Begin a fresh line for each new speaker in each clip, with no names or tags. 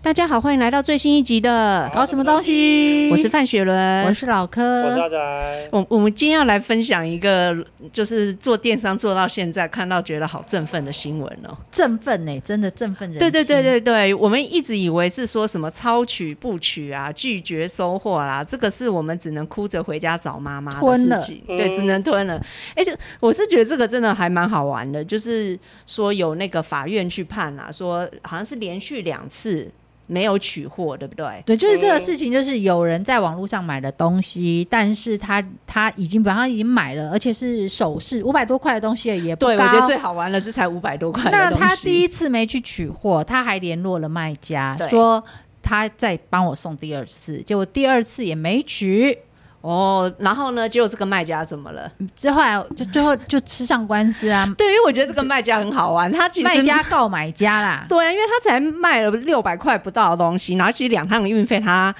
大家好，欢迎来到最新一集的，
搞什么东西？
我是范雪伦，
我是老
呃
我是
柯，
阿宅，
我我们今天要来分享一个，就是做电商做到现在，看到觉得好振奋的新闻哦。
振奋呢、真的振奋人心。
对对对对对，我们一直以为是说什么超取不取啊，拒绝收货啦、这个是我们只能哭着回家找妈妈的
吞
事
了
情，
嗯
对，只能吞了。哎、就我是觉得这个真的还蛮好玩的，就是说有那个法院去判啦、说好像是连续两次没有取货，对不对？
对，就是
嗯
这个事情，就是有人在网络上买了东西，但是他他已经把他已经买了，而且是首饰五百多块的东西也不高。
对，我觉得最好玩的是才五百多块的
那他
东西
第一次没去取货，他还联络了卖家
对
说他再帮我送第二次，结果第二次也没取，
哦，然后呢，结果这个卖家怎么了？，
之后来就最后就吃上官司啊
对，因为我觉得这个卖家很好玩，他 其实
卖家告买家啦。
对啊，因为他才卖了六百块不到的东西，然后其实两趟运费他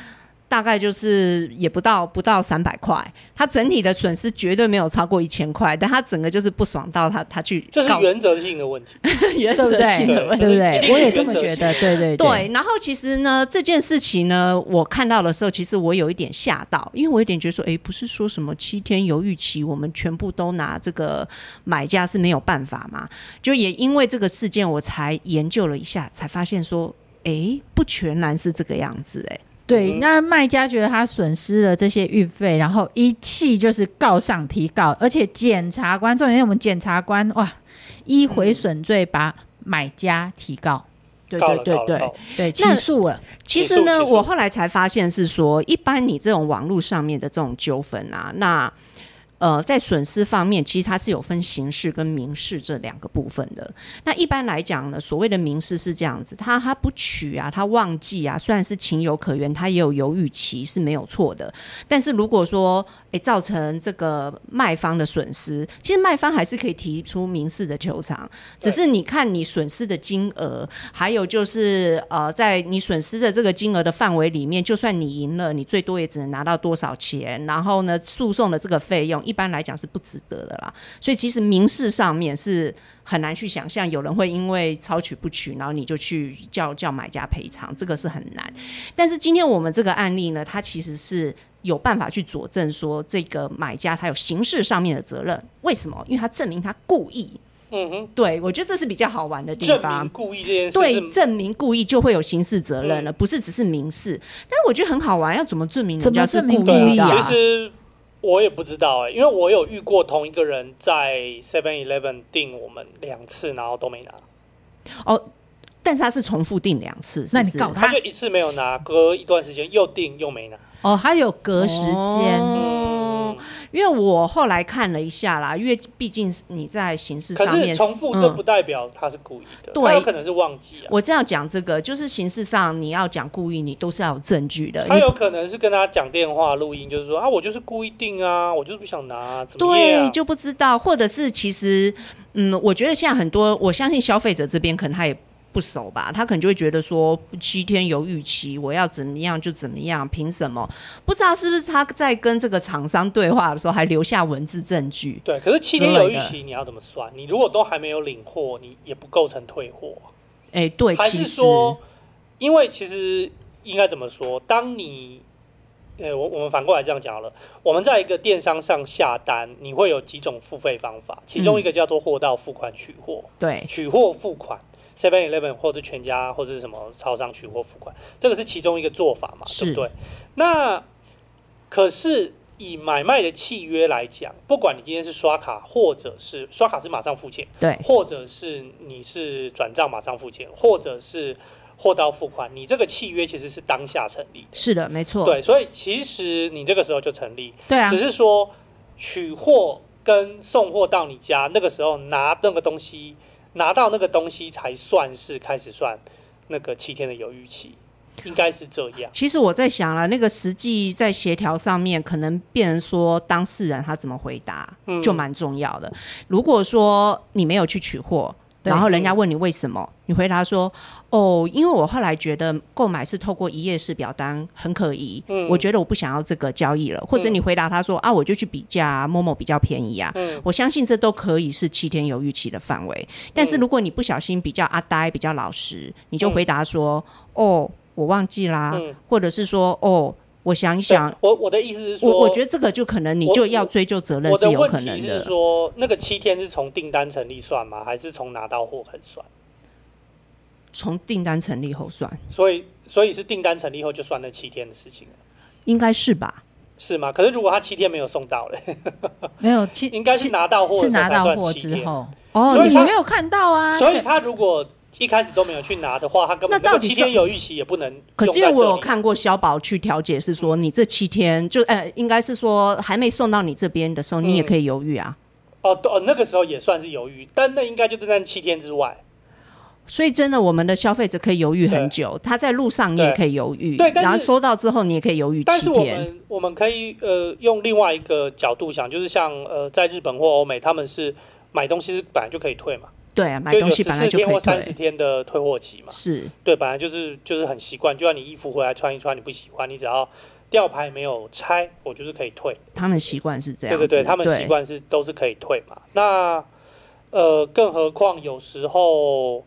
大概就是也不到不到三百块，他整体的损失绝对没有超过一千块，但他整个就是不爽到他他去
这是
告
原则性的问题。
原
对不
则
对？
性的
对
问
不
题。
一定
对？
是
我也这
原
么
则
觉
性
得，对对
对，然后其实呢，这件事情呢，我看到的时候，其实我有一点吓到，因为我有点觉得说，诶，不是说什么七天犹豫期，我们全部都拿这个买家是没有办法嘛？就也因为这个事件，我才研究了一下，才发现说，诶，不全然是这个样子、诶。
对，
嗯
那卖家觉得他损失了这些运费，然后一气就是告上提告，而且检察官，重点是我们检察官哇，依毁损罪把买家提告，
对
告
对
了
对
告了告
对
了，，
对，起
那
诉了，
其实
起
呢，
诉起诉
我后来才发现是说，一般你这种网络上面的这种纠纷啊，那呃，在损失方面，其实它是有分刑事跟民事这两个部分的。那一般来讲呢，所谓的民事是这样子，他他不取啊，他忘记啊，虽然是情有可原，他也有犹豫期是没有错的。但是如果说诶造成这个卖方的损失，其实卖方还是可以提出民事的求偿，只
对
是你看你损失的金额，还有就是呃，在你损失的这个金额的范围里面，就算你赢了，你最多也只能拿到多少钱，然后呢，诉讼的这个费用一般来讲是不值得的啦。所以其实民事上面是很难去想象有人会因为超取不取，然后你就去叫叫买家赔偿，这个是很难。但是今天我们这个案例呢，它其实是有办法去佐证说这个买家他有刑事上面的责任，为什么？因为他证明他故意。
嗯哼，
对，我觉得这是比较好玩的地
证
方
明。故意这件事
对，
是嗯
证明故意就会有刑事责任了，不是只是民事。但是我觉得很好玩，要怎么证明人家是
怎么证明
故意
故
的
意
啊？
啊
其实我也不知道哎、因为我有遇过同一个人在 Seven Eleven 订我们两次，然后都没拿，
啊但是他是重复定两次，是
那
不
你
是
告
他
他
就一次没有拿，隔一段时间又订又没拿。
哦，他有隔时间，
哦
嗯，
因为我后来看了一下啦，因为毕竟是你在刑事
可
上面
是重复这
嗯
不代表他是故意的，
对
他有可能是忘记啊，
我这样讲这个，就是刑事上你要讲故意，你都是要有证据的。
他
你
有可能是跟他讲电话录音，就是说啊，我就是故意订啊，我就是不想拿、啊，怎么样、
对
啊？
就不知道，或者是其实，嗯，我觉得现在很多，我相信消费者这边可能他也不熟吧，他可能就会觉得说七天有预期，我要怎么样就怎么样，凭什么？不知道是不是他在跟这个厂商对话的时候还留下文字证据？
对，可是七天
之类
有
的
逾期，你要怎么算？你如果都还没有领货，你也不构成退货。
哎、对，
还
其
是
实
说，因为其实应该怎么说？当你，呃，我我们反过来这样讲好了，我们在一个电商上下单，你会有几种付费方法，其
嗯
中一个叫做货到付款取货，
对，
取货付款。Seven Eleven 或者全家或者是什么超商取货付款，这个是其中一个做法嘛，
是
对不对？那可是以买卖的契约来讲，不管你今天是刷卡，或者是刷卡是马上付钱，
对，
或者是你是转账马上付钱，或者是货到付款，你这个契约其实是当下成立的。
是的，没错，
对，所以其实你这个时候就成立，
对啊
只，是说取货跟送货到你家那个时候拿那个东西，拿到那个东西才算是开始算那个七天的犹豫期，应该是这样。
其实我在想了，那个实际在协调上面，可能变成说当事人他怎么回答，
嗯
就蛮重要的。如果说你没有去取货，
对
然后人家问你为什么，你回答说：“哦，因为我后来觉得购买是透过一页式表单很可疑，
嗯
我觉得我不想要这个交易了。”或者你回答他说：“啊，我就去比价、啊，某某比较便宜啊。”
嗯
我相信这都可以是七天犹豫期的范
嗯
围。但是如果你不小心比较阿呆、比较老实，你就回答说：“哦，我忘记啦，
嗯
或者是说哦，我想一想
对，我我的意思是说，
我我觉得这个就可能你
我
就要追究责任
我
是
的
有
问
可
题
能
是
的。
说，那个七天是从订单成立算吗？还是从拿到货很算？
从订单成立后算，
所以所以是订单成立后就算那七天的事情了
应该是吧？
是吗？可是如果他七天没有送到嘞，
没有，其
应该是
其
拿到货
是
的时候
拿
才
到
算
货
七
之
天
后，
哦
所，以
你
你
他
没有看到啊？
所以他如果一开始都没有去拿的话，他根本
那到
个
底
七
算
天有逾期也不能
可
用
是
在
因
这
为
里。
我有看过消保去调解，是
嗯
说你这七天就呃，应该是说还没送到你这边的时候，你也
嗯
可以犹豫啊。
哦对哦，那个时候也算是犹豫，但那应该就是在七天之外。
所以真的，我们的消费者可以犹豫很久，他在路上你也可以犹豫，
对对但是
然后收到之后你也可以犹豫
但是
七
我
天。
们我们可以呃用另外一个角度想，就是像呃在日本或欧美，他们是买东西是本来就可以退嘛，
对啊，买
就有
东西
十
本来
四
就
天
可
或
以
三十
退，
天的退货期嘛。
是
对，本来就是就是很习惯，就像你衣服回来穿一穿，你不喜欢，你只要吊牌没有拆，我就是可以退。
他们习惯是这样
对
子。
对对，他们习惯是都是可以退嘛。那呃，更何况有时候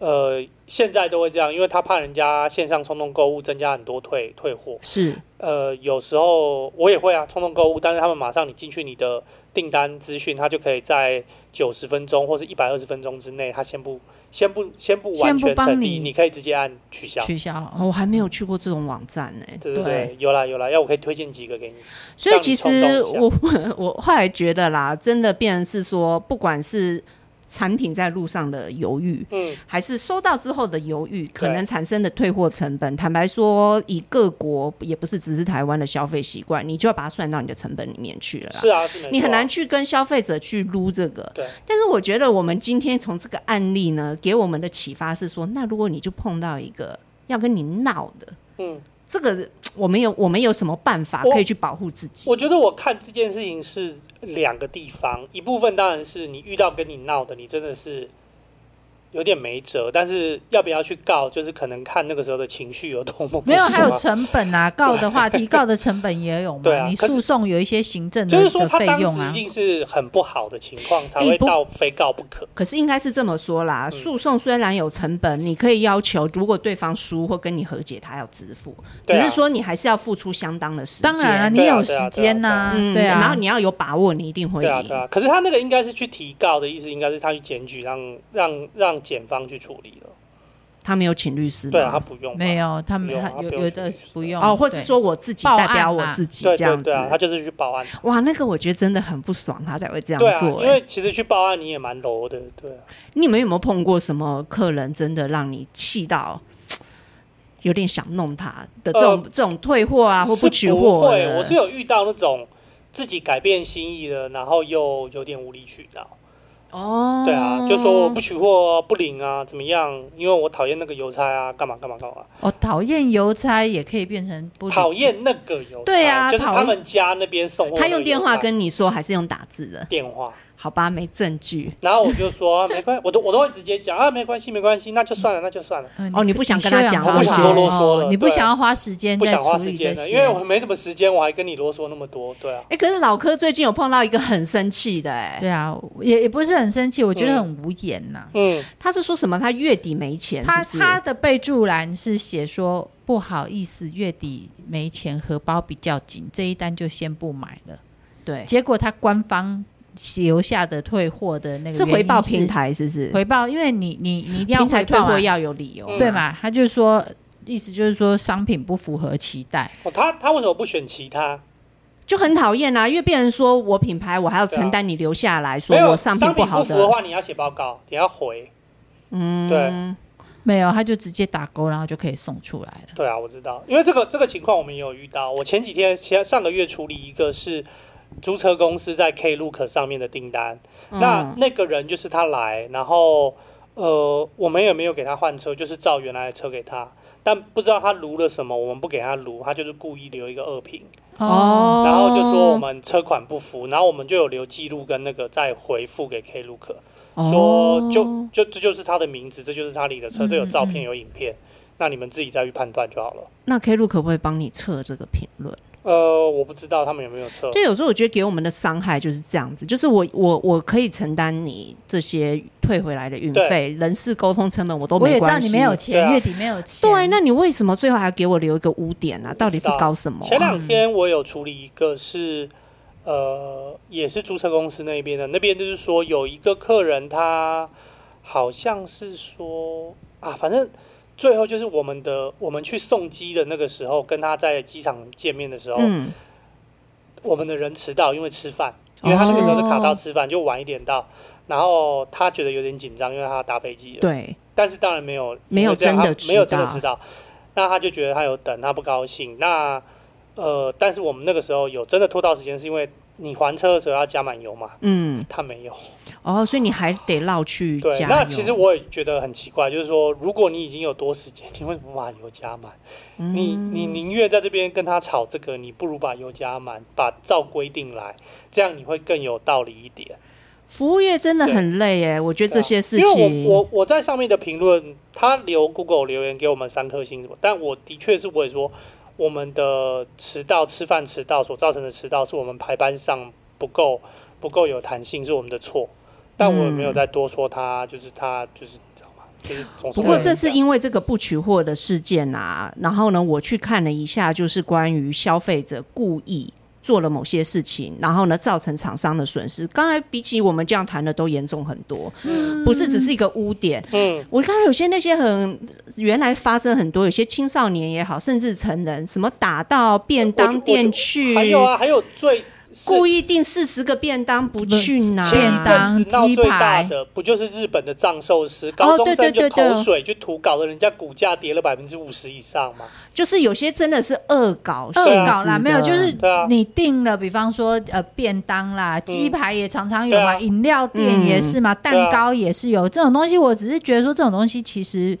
呃，现在都会这样，因为他怕人家线上冲动购物增加很多退退货。
是
呃，有时候我也会啊，冲动购物，但是他们马上你进去你的订单资讯，他就可以在九十分钟或是一百二十分钟之内，他先不先不先不完
先
全
不帮
成
你
立，你可以直接按取消。
取消
哦我还没有去过这种网站呢、
对对
对
对，有啦有啦，要我可以推荐几个给你。
所以其实
让你
我 我后来觉得啦，真的变成是说，不管是产品在路上的犹豫，
嗯，
还是收到之后的犹豫，可
对
能产生的退货成本，坦白说，以各国也不是只是台湾的消费习惯，你就要把它算到你的成本里面去了啦。
是啊，是没错啊
你很难去跟消费者去撸这个。
对。
但是我觉得我们今天从这个案例呢，给我们的启发是说，那如果你就碰到一个要跟你闹的，
嗯。
这个我们有我们有什么办法
我
可以去保护自己？
我觉得我看这件事情是两个地方，一部分当然是你遇到跟你闹的，你真的是有点没辙，但是要不要去告，就是可能看那个时候的情绪有多么不
没有，
爽
还有成本啊，告的话，提告的成本也有
哦对
嘛。
啊
你
可是
诉讼有一些行政的
就是说
的
他
费
当
用
时
啊
一，定是很不好的情况才
哎
会
不
到非告不可。
可是应该是这么说
嗯
啦，诉讼虽然有成本，你可以要求如果对方输或跟你和解，他要支付，只
对啊
是说你还是要付出相当的时间。
当然了，你
对啊
有时
对啊
间呐，
嗯，
对
然后
啊，
你要有把握，你一定会
对啊，
赢。
对啊。可是他那个应该是去提告的意思，应该是他去检举，让让让检方去处理了。
他没有请律师吗？
对啊，他不用吧。
嗯没有，他们
不用
他
啊
有
不用
有
去
的
律师
不用
哦，或是
对
说我自己
报案
代表我
嘛
自己
对
这
对
样子。
对啊，他就是去报案。
哇，那个我觉得真的很不爽，他才会这样
对啊，
做、
因
欸
为其实去报案你也蛮 low 的，对啊。
你们有没有碰过什么客人真的让你气到有点想弄他的这种、这种退货啊或
呃是
取货
会，
的？
我是有遇到那种自己改变心意的，然后又有点无理取闹。
哦，
对啊，就说我不取货不领啊，怎么样？因为我讨厌那个邮差啊，干嘛干嘛干嘛，
哦，讨厌邮差也可以变成不
讨厌那个邮差。
对啊
就是
讨
他
厌
们家那边送货的邮
他
差。
用电话跟你说还是用打字的？
电话，
好吧，没证据。
然后我就说、 啊、没关系，我都我都会直接讲啊，没关系没关系，那就算了那就算了，
嗯
哦你不想跟他
需要
讲
好
我不
好
想多
啰嗦了
哦你不
对
想要花时间
不
再
想花
处
时
理
间
这
了，
些，
因为我没什么时间，我还跟你啰嗦那么多，对啊。
哎、可是老柯最近有碰到一个很生气的、哎，
对啊，也也不是很生气，我觉得
嗯
很无言呐。
嗯，
他是说什么？他月底没钱
他
是不是
他的备注栏是写说不好意思，月底没钱，荷包比较紧，这一单就先不买了。
对，
结果他官方留下的退货的那个
是回报
原因
平
是
台是不是？
回报，因为你你你一定要
平台
回
退
报、
货
啊，
要有理由、
嗯
对？嘛？他就说意思就是说商品不符合期待，
哦、他他为什么不选其他？
就很讨厌啊，因为变成说我品牌，我还要承担你留下来说
没有
我商品
不
好
符的
的，
话，你要写报告，你要回。嗯，对。
没有，他就直接打勾，然后就可以送出来了。
对啊，我知道，因为这个这个情况我们也有遇到。我前几天前上个月处理一个是租车公司在 Klook 上面的订单，
嗯
那那个人就是他来，然后呃，我们也没有给他换车，就是照原来的车给他，但不知道他撸了什么，我们不给他撸，他就是故意留一个恶评，
哦，
然后就说我们车款不符，然后我们就有留记录跟那个再回复给 Klook。说
哦
就就这就是他的名字，这就是他里的车，这有照片有影片，那你们自己再去判断就好了。
那 K 路可不可以帮你测这个评论？
呃，我不知道他们有没有测。
对，有时候我觉得给我们的伤害就是这样子，就是我我我可以承担你这些退回来的运费、人事沟通成本，我
哦
都
我
没
也知道
关系。
你没有
对
钱，
啊
月底没有钱。
对，那你为什么最后还给我留一个污点啊？到底是
我不知道
搞什么啊、
前两天我有处理一个是，呃，也是租车公司那边的，那边就是说有一个客人他好像是说啊，反正最后就是我们的我们去送机的那个时候，跟他在机场见面的时候，
嗯，
我们的人迟到，因为吃饭，因为他那个时候是卡到吃饭，就晚一点到。然后他觉得有点紧张，因为他要搭飞机了。
对，
但是当然没有
没有
因为这样他
真的知道
没有真的知道，那他就觉得他有等，他不高兴。那呃，但是我们那个时候有真的拖到时间，是因为你还车的时候要加满油嘛，
嗯，
他没有。
哦，所以你还得绕去
对，
加
那
油
其实我也觉得很奇怪，就是说，如果你已经有多时间，你为什么不把油加满？
嗯
你你宁愿在这边跟他吵这个，你不如把油加满，把照规定来，这样你会更有道理一点。
服务业真的很累耶，啊我觉得这些事情，
因为我我我在上面的评论，他留 Google 留言给我们三颗星什么，但我的确是我也说，我们的迟到、吃饭迟到所造成的迟到，是我们排班上不够不够有弹性，是我们的错。但我也
嗯
没有再多说他，就是他就是你知道吗？就是总是
不过
会有
这次
样
因为这个不取货的事件啊，然后呢，我去看了一下，就是关于消费者故意做了某些事情，然后呢，造成厂商的损失。刚才比起我们这样谈的都严重很多，嗯不是只是一个污点。
嗯
我看到有些那些很原来发生很多，有些青少年也好，甚至成人，什么打到便当店去，
还有啊，还有最是
故意订四十个便当不去拿，
前一
便当
阵子闹
鸡
最大
排
的不就是日本的藏寿司，高中生就
哦对对对
口水去涂搞得人家股价跌了百分之五十以上嘛？
就是有些真的是恶搞性质的，
恶搞啦，没有，就是
嗯对啊嗯
你订了，比方说呃便当啦，鸡排也常常有嘛，
对啊嗯
饮料店也是嘛，蛋糕也是有这种东西。我只是觉得说这种东西其实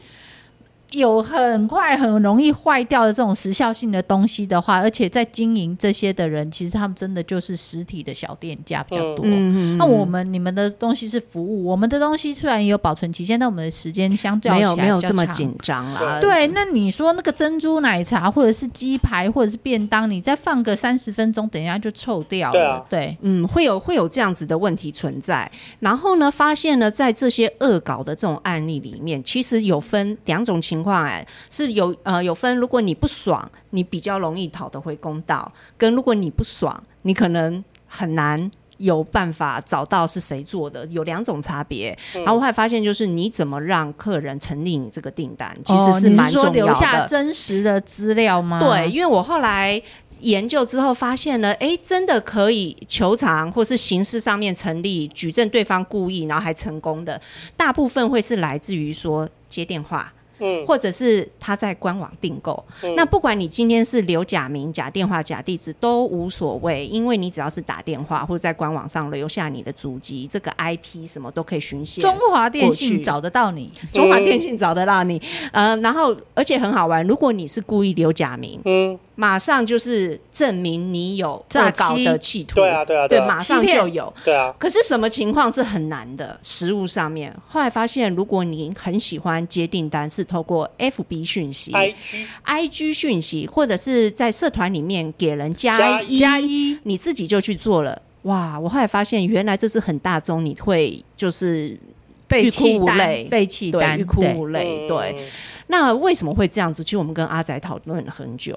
有很快很容易坏掉的这种时效性的东西的话，而且在经营这些的人，其实他们真的就是实体的小店家比较多。
嗯，嗯
那我们你们的东西是服务，我们的东西虽然也有保存期限，但我们的时间相对
没有没有这么
紧。
紧张啦。
对，那你说那个珍珠奶茶或者是鸡排或者是便当，你再放个三十分钟，等一下就臭掉
对
了
啊。
对，
嗯，会有会有这样子的问题存在。然后呢，发现呢，在这些恶搞的这种案例里面，其实有分两种情况、哎，是有呃有分，如果你不爽，你比较容易讨得回公道；跟如果你不爽，你可能很难。有办法找到是谁做的，有两种差别。
嗯
然后我还发现，就是你怎么让客人成立你这个订单，其实
哦你
蛮重
说
要的。
留下真实的资料吗？
对，，因为我后来研究之后发现了，哎，真的可以求偿或是刑事上面成立举证对方故意，然后还成功的，大部分会是来自于说接电话。
嗯，
或者是他在官网订购。那不管你今天是留假名、假电话、假地址都无所谓，因为你只要是打电话或者在官网上留下你的足迹，这个 IP 什么都可以循线。
中华电
过
信
去
找得到你。
中华电信找得到你，呃，然后而且很好玩，如果你是故意留假名，
嗯，
马上就是证明你有恶搞的企图，
对啊，对啊，
对，
啊，
马上就有。
对啊，
可是什么情况是很难的？实物上面，后来发现，如果你很喜欢接订单，是透过 FB 讯息、
I G
IG 讯息，或者是在社团里面给人
加
加一，
加一，
你自己就去做了。哇！我后来发现，原来这是很大众，你会就是
被
欲哭
弃
无
单
泪，
被弃
对
单，
欲哭
对
无泪，
嗯
对。，那为什么会这样子？其实我们跟阿仔讨论了很久，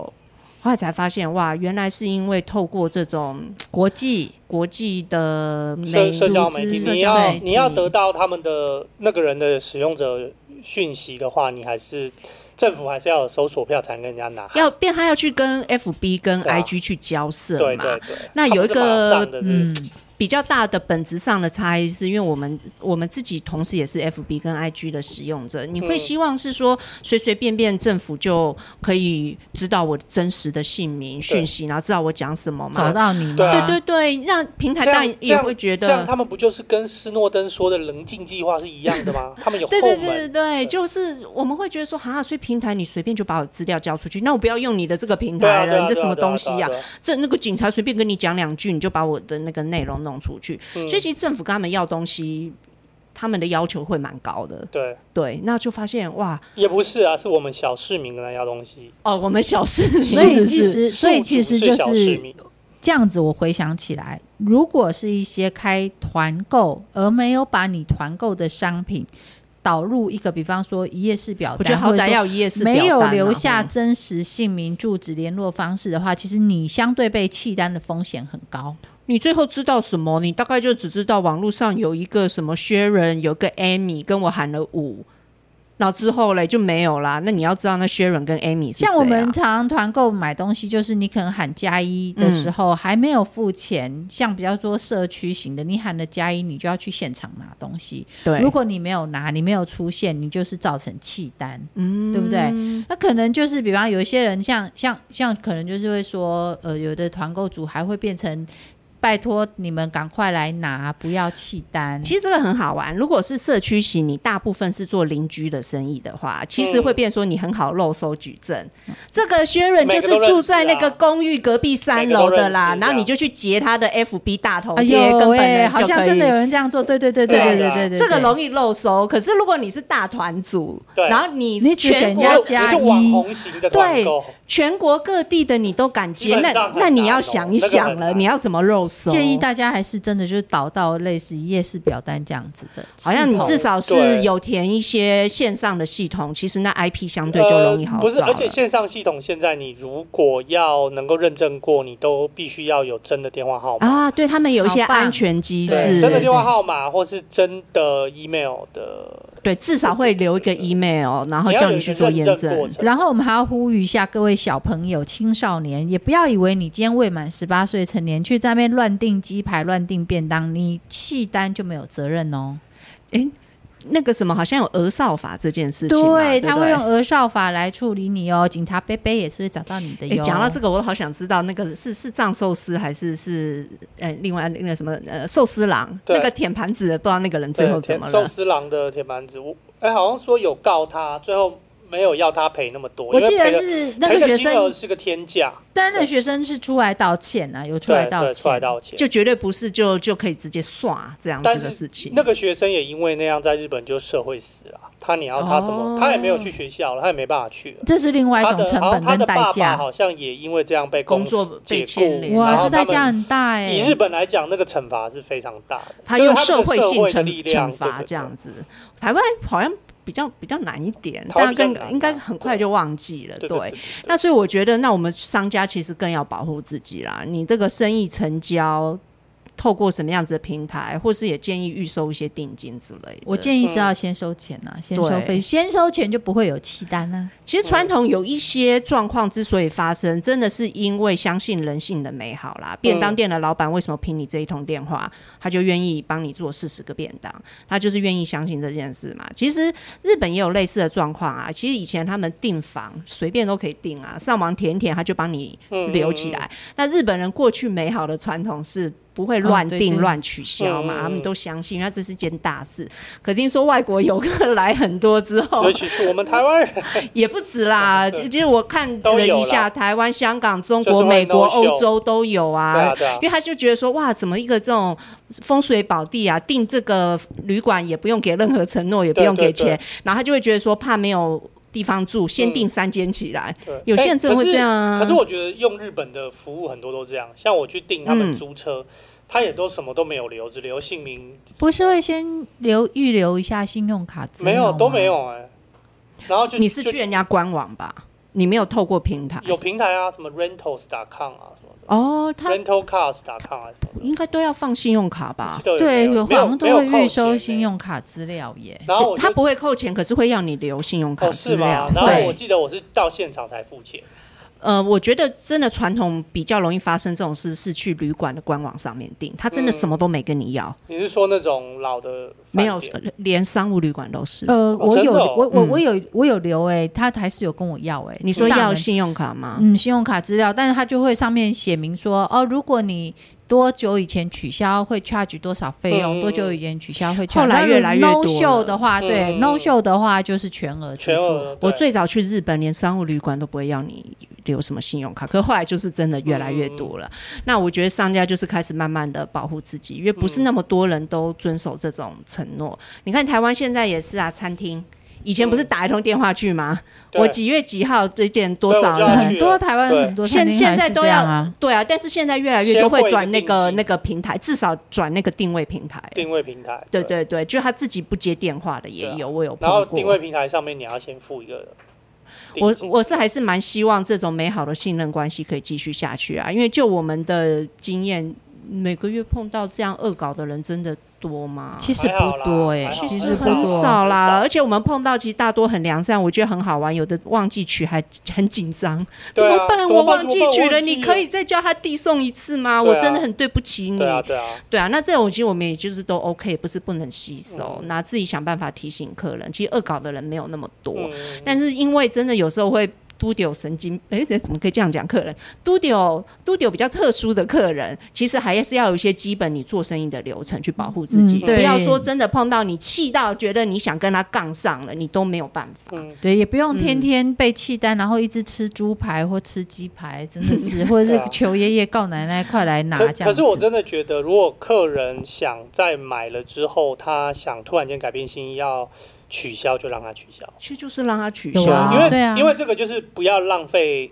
后来才发现，哇，原来是因为透过这种
国际
国际的
嗯
媒
社社交媒
组织
体，
社
你
交
要
媒
你要
体
得到他们的那个人的使用者讯息的话，你还是政府还是要有搜索票才能跟人家拿。
要变，他要去跟 FB 跟
对啊
IG 去交涉
对
嘛。
对对，
那
它
有
不
一
是马
个
上的这个事
嗯
情
比较大的本质上的差异，是因为我们我们自己同时也是 FB 跟 IG 的使用者，你会
嗯
希望是说随随便便政府就可以知道我真实的姓名讯息，然后知道我讲什么
找
嘛？
到你
对
吗？
啊
对对对，让平台
这
当
样
然
这
也
样
会觉得
这样他们不就是跟斯诺登说的棱镜计划是一样的吗？他们有后
对
门，
对对对对，就是我们会觉得说，哈，所以平台你随便就把我资料交出去，那我不要用你的这个平
对啊
台
对
了，你
啊
这
对啊
什么
对啊
东西
对
呀、
对
这那个警察随便跟你讲两句，你就把我的那个内容弄出去。
嗯
所以其实政府跟他们要东西。他们的要求会蛮高的。
对，
对，那就发现哇，
也不是啊，是我们小市民来要东西。
哦，我们小 市民
所以其实，
宿
所以
主
其实
是
就
小市
是
民，
这样子。我回想起来，如果是一些开团购而没有把你团购的商品导入一个，比方说一页式表单，
我觉得好
或者
歹
说
要一页是啊
没有留下真实姓名、住址、联络方式的话，其实你相对被弃单的风险很高。
你最后知道什么？你大概就只知道网络上有一个什么 Sharon，有个 Amy 跟我喊了五，然后之后嘞就没有啦。那你要知道那 Sharon 跟 Amy 是谁啊
像我们常常团购买东西，就是你可能喊加一的时
嗯
候还没有付钱，像比较多社区型的，你喊了加一，你就要去现场拿东西。
对
如，果你没有拿，你没有出现，你就是造成弃单，嗯，对不对？那可能就是，比方有一些人像像像，可能就是会说，呃，有的团购组还会变成，拜托你们赶快来拿，不要弃单。
其实这个很好玩。如果是社区型，你大部分是做邻居的生意的话，其实会变说你很好漏收举证。
嗯
这个 Sharon 就
每个
是
都认识啊
住在那个公寓隔壁三楼的啦，
每个都认识啊
然后你就去截他的 FB 大头
哎
贴跟
呦
本
喂，
人
好
就
像
可
真的有
以。
人这样做，对对对对
对啊
对
对
对
啊
对对，
这个容易漏收，可是如果你是大团组，
对
然后你
你只给
全
人
国
家
我是
加
我是
一
网红型的团购，哦
全国各地的你都敢接，
基
那
本上很
那你
难
要
哦
想一
那个
想
很
了，
难
你要怎么肉搜？
建议大家还是真的就是导到类似一页式表单这样子的系
好
统，
像你至少是
对
有填一些线上的系统，其实那 IP 相对就容易好找
呃。不是，
了。
而且线上系统现在你如果要能够认证过，你都必须要有真的电话号码。
啊，对他们有一些
好棒
安全机
对
制，
真的
就
电话号码或是真的 email 的，
对，至少会留一个 email，然后
你
叫
要有
你
一
去
个
做验
认证过
证。
程。
然后我们还要呼吁一下各位小朋友、青少年，也不要以为你今天未满十八岁成年去在那边乱订鸡排、乱订便当，你弃单就没有责任哦。
那个什么，好像有儿少法这件事情嘛，对不对，
他会用儿少法来处理你哦，警察贝贝也是会哎找到你的
诶
哟。
哎讲到这个，我都好想知道那个是是藏寿司还是是呃另外那个什么呃寿司郎
对
那个舔盘子的，不知道那个人最
对
后
铁
怎么
寿
了？
司郎的铁板子，我哎，好像说有告他，最后没有要他赔那么多，
我
因为
记得
赔了
是那
赔
个
的
学
金额
生，
是个天价，
但那个学生是出来道歉啊，有出来
对
道
对，出来
歉。
道歉。
就绝对不是就就可以直接刷这样子
但
的
是
事情。
那个学生也因为那样在日本就社会死了，他你要他怎么，
哦
他也没有去学校了，他也没办法去了。
这是另外一
他
种
的
成
好像
本
他
跟
的
代
爸爸
价，
好像也因为这样被
工
公
作
司
被
解
牵
雇
连
然
哇，
后
这
他
代价
们
很大哎、
以日本来讲，那个惩罚是非常大的，
他
就是
用
们的
社
社
会性
的
惩
力量
惩罚这。
对
样
对对
子，台湾好像比较比较难一点，大家
台湾比较
更
难啊
应该很快就忘记了，
对对
对
对。
那所以我觉得，那我们商家其实更要保护自己啦。你这个生意成交，透过什么样子的平台，或是也建议预收一些定金之类的。
我建
嗯
议是要先收钱啊，先
对
收费，先收钱就不会有契单啊。
其实传统有一些状况之所以发生，真的是因为相信人性的美好啦。便当店的老板为什么凭你这一通电话，他就愿意帮你做四十个便当？他就是愿意相信这件事嘛。其实日本也有类似的状况啊。其实以前他们订房随便都可以订啊，上网填一填他就帮你
嗯
留起来。那日本人过去美好的传统是。不会乱
哦对
定
对
乱取消嘛？
嗯嗯嗯
他们都相信，因为这是件大事。可听说外国游客来很多之后，
嗯尤其是我们台湾
哦
人，
也不止啦，
对
就就是我看
都
了
有
一下，
啦
台湾、香港、中
就
国、
是会
美国、
no show
欧洲都有
对
啊。
啊对啊
因，为他就觉得说，哇，怎么一个这种风水宝地啊，订这个旅馆也不用给任何承诺，也不用给
对对
钱，然后他就会觉得说，怕没有地方住，先
嗯
订三间起来。
对
有些人
哎
真的会
可是
这样啊
可是我觉得用日本的服务很多都这样，像我去订他
嗯
们租车，他也都什么都没有留，只留姓名，
不是会先留预留一下信用卡资料吗？
没有都没有哎。然后就
啊你是
就
去人家官网吧？你没有透过平台？
有平台啊，什么 rentals.com 啊，什么的
哦，他
rentalcars.com 啊什么的，
应该都要放信用卡吧
记？得
对，
有
有
没
好像
有
都
没有
会
扣
预收
钱
信
欸。
用卡资料耶。
然后我就
他不会扣钱，可是会要你留信用卡
哦
资
是
料。
吗？然后
对
我记得我是到现场才付钱，
呃，我觉得真的传统比较容易发生这种事，是去旅馆的官网上面订，他真的什么都没跟你要，
你是说那种老的饭
没有
店，
连商务旅馆都是。
呃，我
真的
有
哦
我我
嗯
我有我有留哎，他还是有跟我要哎。
你说
大
要
门
信用卡吗？
嗯，信用卡资料，但是他就会上面写明说，哦，如果你多久以前取消会 charge 多少费用，
嗯
多久以前取消会 charge。
后来越来越
no
多
show
了
的话，对、
嗯
no show 的话就是全额支
全
付。
额
我
对
最早去日本，连商务旅馆都不会要你留什么信用卡，可是后来就是真的越来越多了。
嗯
那我觉得商家就是开始慢慢的保护自己，因为不是那么多人都遵守这种承诺。你看台湾现在也是啊，餐厅以前不是打一通电话去吗？
嗯对
我几月几号推荐多少
对我知道
人？
很多台湾
对
很多餐
现
厅
现
还
在
是
都
这样
要
啊，
对啊，但是现在越来越多
先
会
会
转那
一个
个
定期
那个平台，至少转那个定位平台。
定位平台，
对对对，就他自己不接电话的也
对啊
有，我有碰
然后
过。
定位平台上面你要先付一个定
我
金，
我是还是蛮希望这种美好的信任关系可以继续下去啊，因为就我们的经验，每个月碰到这样恶搞的人真的多吗？
其实
还好
不
啦
多哎、
还好
其
啦
实不
很
多，
少啦，
很少
而且我们碰到其实大多很良善，我觉得很好玩。有的忘记取还很紧张，
对啊
么办？
怎么
我
办
忘
怎
记
么办
取
我
了，
忘记啊
你可以再叫他递送一次吗？我
对啊
真的很对不起你。
对啊对啊，
对啊，那这种其实我们也就是都 OK，不是不能吸收，
嗯
那自己想办法提醒客人。其实恶搞的人没有那么多，
嗯，
但是因为真的有时候会嘟丢神经，哎，这怎么可以这样讲客人？嘟丢嘟丢比较特殊的客人，其实还是要有一些基本你做生意的流程去保护自己，
嗯对
不要说真的碰到你气到觉得你想跟他杠上了，你都没有办法。
嗯
对，也不用天
嗯
天被弃单，然后一直吃猪排或吃鸡排，真 的是，或者
对啊
是求爷爷告奶奶快来拿
可
这样
可是我
子
真的觉得，如果客人想在买了之后，他想突然间改变心意要取消，就让他取消。
其实就是让他取
有
消，
啊
因为、
对啊
因为这个就是不要浪费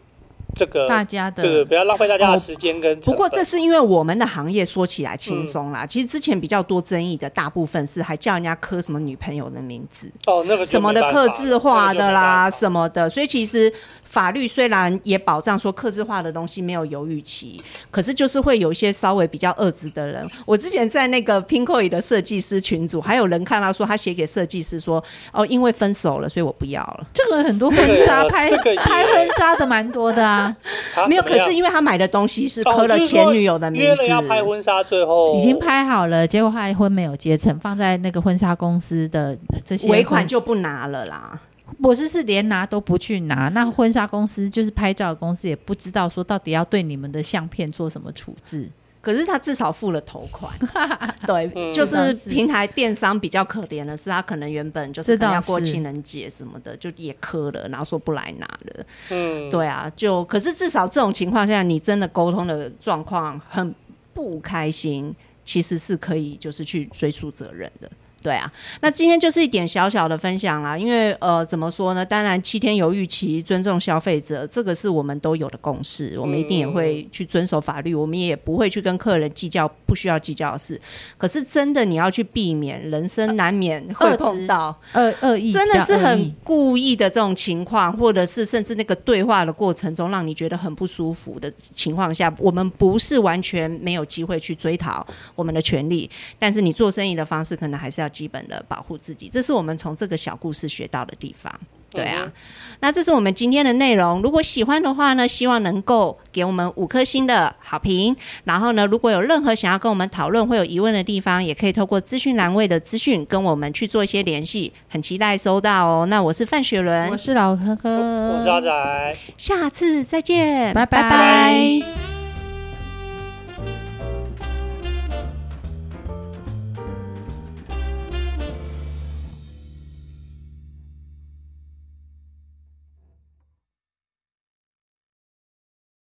这个，
大家
对对，
的哦
不要浪费大家的时间跟
不
成本、
过这是因为我们的行业说起来轻松
嗯
啦，其实之前比较多争议的大部分是还叫人家刻什么女朋友的名字，
哦那个就
什么的
没办法
刻字化的啦，
那个就没办法
什么的，所以其实法律虽然也保障说刻字化的东西没有犹豫期，可是就是会有一些稍微比较恶质的人。我之前在那个 Pinkoi 的设计师群组，还有人看到说他写给设计师说，哦，因为分手了，所以我不要了。
这个很多
这个
婚纱
有
拍
啊这 个也
拍婚纱的蛮多 的啊，
啊
没有，
怎么
可
样
是因为他买的东西是
哦
刻了
就是说
前女友的名字，
约了要拍婚纱，最后
已经拍好了，结果还婚没有结成，放在那个婚纱公司的这些
尾款
婚，
就不拿了啦。
我是是连拿都不去拿，那婚纱公司就是拍照的公司也不知道说到底要对你们的相片做什么处置，
可是他至少付了头 款，对，
嗯
就是平台电商比较可怜的是，他可能原本就是
这
可
倒
能要过
是
情人节什么的，就也磕了，然后说不来拿了，
嗯，
对啊，就可是至少这种情况下，你真的沟通的状况很不开心，其实是可以就是去追溯责任的。对啊，那今天就是一点小小的分享啦，因为呃，怎么说呢？当然，七天犹豫期，尊重消费者，这个是我们都有的共识，我们一定也会去遵守法律，我们也不会去跟客人计较不需要计较的事。可是真的，你要去避免，人生难免会
遏制
碰到，
恶恶
呃
意
真的
比较
是
恶
很
意
故意的这种情况，或者是甚至那个对话的过程中让你觉得很不舒服的情况下，我们不是完全没有机会去追讨我们的权利，但是你做生意的方式可能还是要基本的保护自己，这是我们从这个小故事学到的地方。
嗯
对啊，那这是我们今天的内容。如果喜欢的话呢，希望能够给我们五颗星的好评。然后呢，如果有任何想要跟我们讨论或有疑问的地方，也可以透过资讯栏位的资讯跟我们去做一些联系，很期待收到哦。那我是范雪伦
我，是老呵呵，
我是阿仔。
下次再见，
拜拜
拜拜